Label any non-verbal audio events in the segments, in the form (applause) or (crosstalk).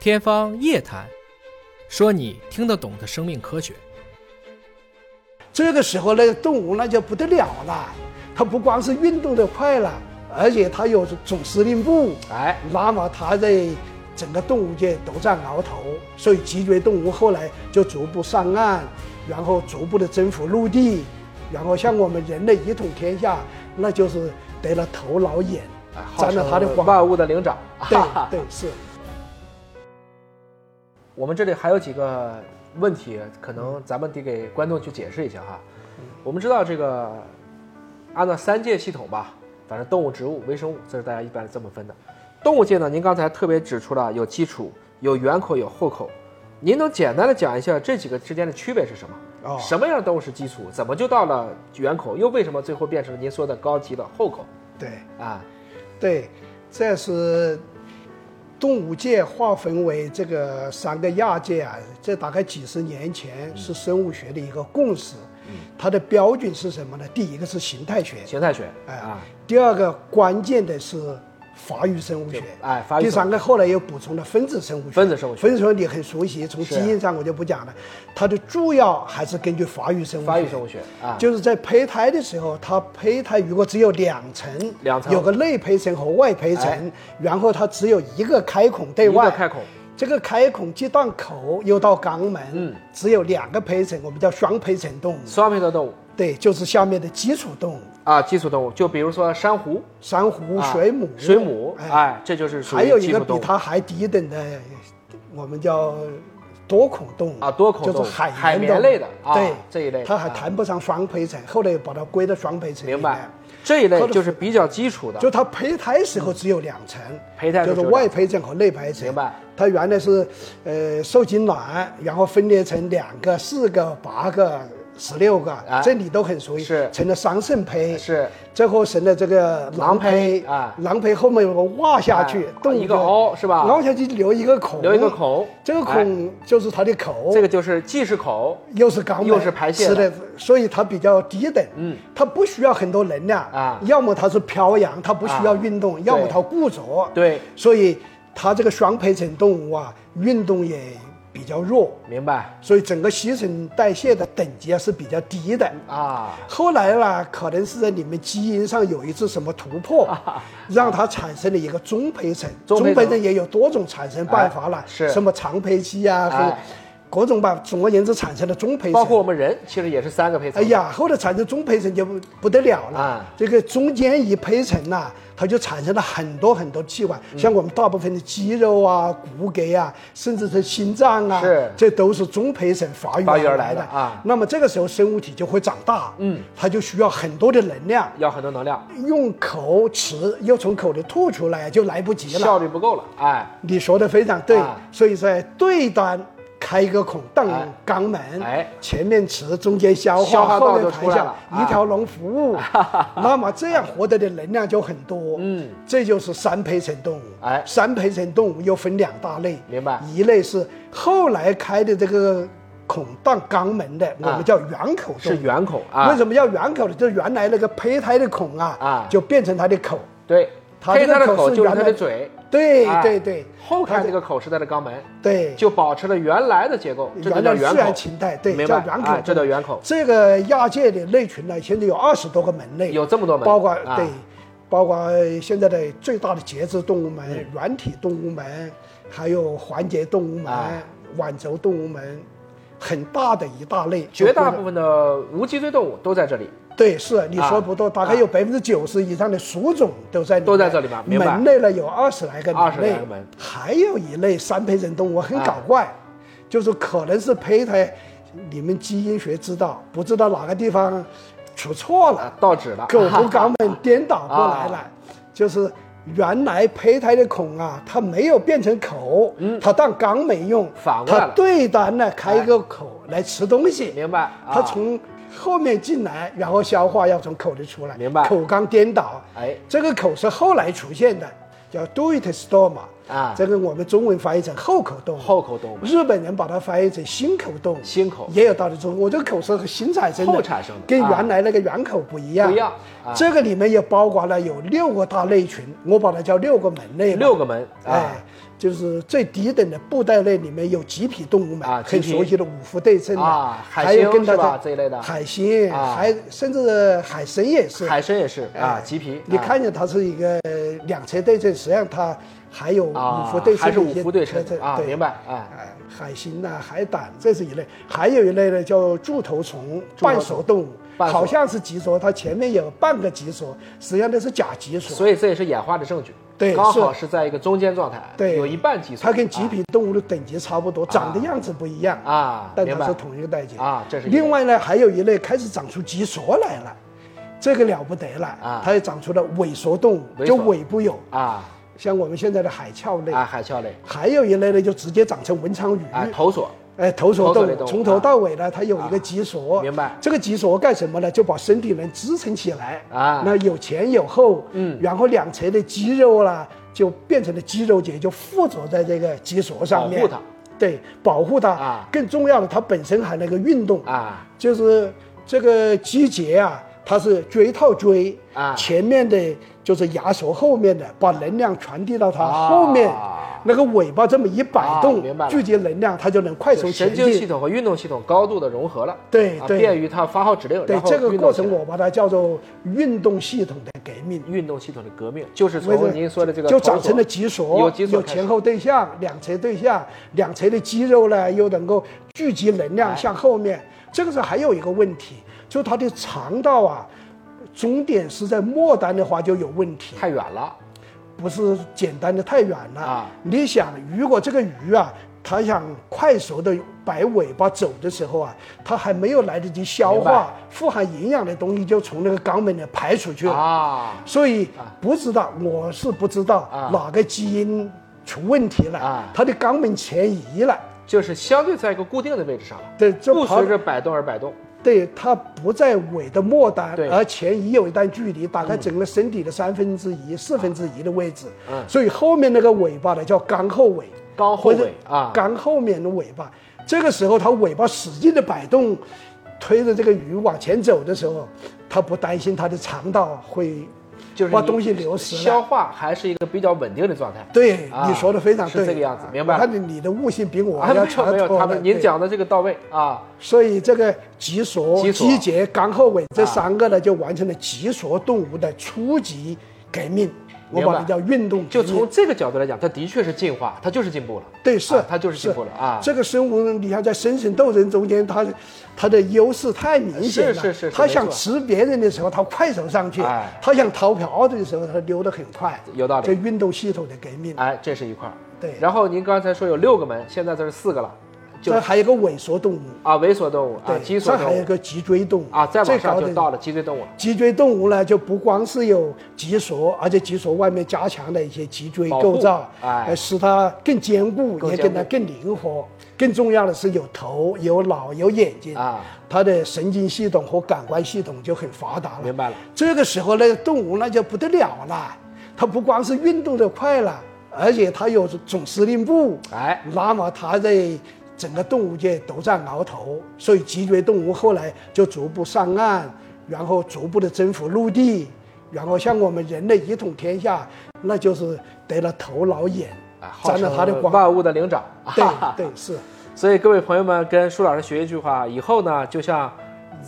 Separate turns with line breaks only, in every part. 天方夜谭，说你听得懂的生命科学。
这个时候那个动物那就不得了了，它不光是运动的快了，而且它有总司令部，
哎，
那么它在整个动物界都占鳌头，所以脊椎动物后来就逐步上岸，然后逐步的征服陆地，然后像我们人类一统天下，那就是得了头脑眼，
哎好啊
沾了它的
称
光。
万物的灵长。
对
哈哈
对是，
我们这里还有几个问题，可能咱们得给观众去解释一下哈。我们知道这个按照三界系统吧，反正动物、植物、微生物，这是大家一般这么分的。动物界呢，您刚才特别指出了有基础、有圆口、有后口。您能简单的讲一下这几个之间的区别是什么？
哦
什么样的动物是基础？怎么就到了圆口？又为什么最后变成了您说的高级的后口
对。
啊？
对，这是动物界划分为这个三个亚界啊，这大概几十年前是生物学的一个共识。它的标准是什么呢？第一个是形态学，
形态学
哎
啊，
第二个关键的是发育生物学，
哎发育
第
生物
三个后来又补充了分子生物学，
分子生物学
分子生物你很熟悉，从
是
基因上我就不讲了，它的主要还是根据发育生物学。
发育生物学啊，
就是在胚胎的时候，它胚胎如果只有两层，
两层
有个内胚层和外胚层，
哎
然后它只有一个开孔对
一个
外，
开孔，
这个开孔既到口又到肛门，
嗯
只有两个胚层，我们叫双胚层动物，
双胚的动物。
对，就是下面的基础动物，
啊，基础动物，就比如说珊瑚、
珊瑚、
啊
水母、
水母，
哎
哎，这就是属
还
于
有一
基
个
础
比
动物。
它还低等的，我们叫多孔动物
啊多孔动物
就是海
海
绵
绵
动物
类的啊
对
这一类
它还
啊
谈不上双胚层，后来又把它归到双胚层里
明
面。
白，这一类
它的
就是比较基础的，
就它胚胎时候只有两层，
胚胎
就
的
是
时候
外胚层和内胚层。
明白？
它原来是呃受精卵，然后分裂成两个、四个、八个、十六个，
哎
这你都很熟悉，
是
成了桑葚胚，
是
最后成了这个
囊
囊
胚
胚
哎
囊胚后面有个挖下去
哎，
动物
一个
就
凹是吧
凹下去留一个孔，
留一个，孔，
这个
哎，
孔就是它的口，
这个就是既是口，
又是肛门，
又是排泄的
是的，所以它比较低等。嗯，它不需要很多能量
啊
要么它是飘扬，它不需要运动，要么
对
它固着。
对，
所以它这个双胚层动物啊，运动也比较弱，
明白
所以整个新陈代谢的等级啊是比较低的。
啊？
(laughs) 后来呢，可能是在你们基因上有一次什么突
(laughs)
破，让它产生了一个中胚层。
中
中
胚层
胚层也有多种产生办法了，
哎是
什么长胚期啊，和
哎
各种吧。总而言之，产生了中胚层。
包括我们人其实也是三个胚层。
哎，呀，后来产生中胚层就不不得了了。
啊
这个中间一胚层呐、它就产生了很多很多器官，
嗯
像我们大部分的肌肉啊、骨骼啊，甚至是心脏啊，
是
这都是中胚层发育
发育而来
来
的啊
那么这个时候生物体就会长大，嗯，它就需要很多的能量，
要很多能量，
用口吃又从口里吐出来就来不及了。
效率不够了，哎，
你说的非常对，
啊
所以在对端开一个孔，当
哎
肛门，
哎
前面吃，中间消化，
消化道
后面
就
排
出来
下
了，啊
一条龙
(laughs)
服务。那么这样获得的能量就很多。嗯，这就是三胚层动物。
哎
三胚层动物又分两大类，
明白
一类是后来开的这个孔当肛门的，我
啊
们叫圆口动
是
物。
圆口啊？
为什么叫圆口呢？就是原来那个胚胎的孔啊，
啊
就变成它的口。
对，
它
胚
这
胎
个
的
口
口
是
就是
原
它
来
的嘴，
对
哎
对对，
后
它
看
就
这个口是它的肛门，
对，
就保持了原来的结构，这就
原
叫
来
圆
自
口
然。形态，对，
明
叫
白
圆口
哎，这叫圆口
这个亚界的类群呢，现在有二十多个门类，
有这么多门
包括
啊
对，包括现在的最大的节肢动物门、软体动物门，还有环节动物门
哎、
腕轴动物门，很大的一大类。
绝大部
分
分的无脊椎动物都在这里，
对，是你
啊
说不多，大概有百分之九十以上的属种都在里面
都在这里吧明白
门类呢有二十来个
20
门
来
类
个门，啊
还有一类三胚层动物很搞怪，就是可能是胚胎，你们基因学知道，不知道哪个地方出错了
啊，，到止了。
狗和肛门颠倒过来了，
啊
就是原来胚胎的孔啊，它没有变成口，它当肛门用，
嗯反过来
它
了
对端呢开一个口来吃东西，
明白？啊
它从后面进来，然后消化要从口里出来，
明白
口刚颠倒，
哎
这个口是后来出现的，叫 do it storm
啊
这个我们中文翻译成后口动物。
后口动物
日本人把它翻译成心口动物，
心口
也有道理。中，我这个口是新产生的，
后产生的
跟
啊
原来那个圆口不一样。
不一样啊
这个里面也包括了有六个大类群，我把它叫六个门类吧。
六个门啊
哎，就是最低等的布袋类里面有几匹动物门，
啊
很
集体
熟悉的五福对称的，
啊海
还
星
有跟它
是吧
的
这一类的
海星，
啊
还甚至海参也是。
海参也是啊，
哎
棘皮。
你
啊
看见它是一个两侧对称，实际上它还有
啊，
五福对称，
还是五福对称
对
啊，明白啊。
哎，海星呐、海胆这是一类，还有一类呢叫柱头虫，
头虫
半熟动物，
半熟
好像是脊索，它前面有半个脊索，实际上那是假脊索。
所以这也是演化的证据，
对
刚好
是
是在一个中间状态，
对
有一半脊索，
它跟棘皮动物的等级差不多，长的样子不一样，
啊，
但
明
它
白
是同一个代级
啊，这是一类
另外呢，还有一类开始长出脊索来了，这个了不得了，
啊
它也长出了尾索动物，
尾
就
索
尾部有，
啊
像我们现在的海鞘类。
啊海鞘类
还有一类呢，就直接长成文昌鱼，
啊头索
哎，头
头
索
索
动
类
物
动物
从头到尾呢，它有一个脊索，
啊明白
这个脊索干什么呢？就把身体能支撑起来
啊
那有前有后，
嗯
然后两侧的肌肉啦就变成了肌肉节，就附着在这个脊索上
保
面，
护它，
对，保护它
啊
更重要的，它本身还能够运动，
啊
就是这个肌节啊，它是锥套锥
啊
前面的就是牙索后面的，把能量传递到它
啊
后面。那个尾巴这么一摆
啊
动
明白，了
聚集能量，它就能快速
就
前
神经
进
系。统和运动系统高度的融合了，
对
啊
哎对
便于它发号指令，
对
然后
这个
运动
过
起来
程，我把它叫做运动系统的革命。
运动系统的革命就是
为了
从您说的这个
就
头
长
索
成了脊索，
有脊索开始
前后对象，两侧对象，两侧的肌肉呢又能够聚集能
哎
量向后面。这个时候还有一个问题，就它的肠道啊，终点是在末端的话就有问题，
太远了，
不是简单的太远了。
啊
你想，如果这个鱼啊，它想快速的摆尾巴走的时候啊，它还没有来得及消
明白
化，富含营养的东西就从那个肛门里排出去了。
啊
所以不知道，我是不知道
啊
哪个基因出问题了，
啊
它的肛门前移了，
就是相对在一个固定的位置上了，
对，这
不
跑
随着摆动而摆动，
对它不在尾的末端
对，
而前移有一段距离，大概整个身体的三分之
啊
一、四分之一的位置，
嗯
所以后面那个尾巴呢叫肛后尾，
肛后
或者
尾啊
肛后面的尾巴，这个时候它尾巴使劲的摆动，推着这个鱼往前走的时候，它不担心它的肠道会
就是
把
你
东西流失了
消化还是一个比较稳定的状态。
对，
啊
你说的非常
是
对，
这个样子明白
我
了
看见你的悟性比我
啊，没
要
有
强
没有，
多
他
了。
们您
对，
讲的这个到位啊，
所以这个脊索、
脊索
肌节、肛后尾这
啊
三个呢，就完成了脊索动物的初级革命。我
明白
把它叫运动革
就
命，
从这个角度来讲，它的确是进化，它就是进步了。
对是
啊它就是进步了啊
这个生物，你看在生死斗争中间，它它的优势太明显了。
是是是是
它想
没错
吃别人的时候，它快手上去；
哎
它想逃跑的时候，它溜得很快。
有道理
这运动系统的革命，
哎，这是一块儿。
对
然后您刚才说有六个门，现在这是四个了，就
这还有一个萎缩动物。
啊猥琐动物啊
对，
脊
这
索
还
动
有一
物
个脊椎动物
啊，再
最
往
高
上
的
就到了脊椎动物了，
脊椎动物呢，就不光是有脊索，而且脊索外面加强了一些脊椎构造
保，护哎
呃使它更坚固，
更
也
坚固
跟它更灵活。更重要的是有头、有脑、有眼睛
啊，
它的神经系统和感官系统就很发达了。
明白了。
这个时候呢，动物那就不得了了，它不光是运动的快了，而且它有总司令部，
哎，
那么它在整个动物界独占鳌头，所以脊椎动物后来就逐步上岸，然后逐步的征服陆地，然后像我们人类一统天下，那就是得了头脑眼
啊，，号
沾了它的
称
光。
万物的灵长。
对
哈哈
对是，
所以各位朋友们跟舒老师学一句话，以后呢，就像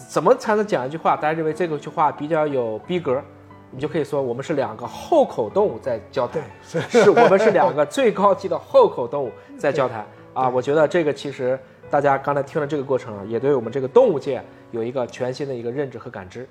怎么才能讲一句话，大家认为这个句话比较有逼格，你就可以说我们是两个后口动物在交谈， (laughs) 是我们是两个最高级的后口动物在交谈啊。我觉得这个其实大家刚才听了这个过程啊，也对我们这个动物界有一个全新的一个认知和感知。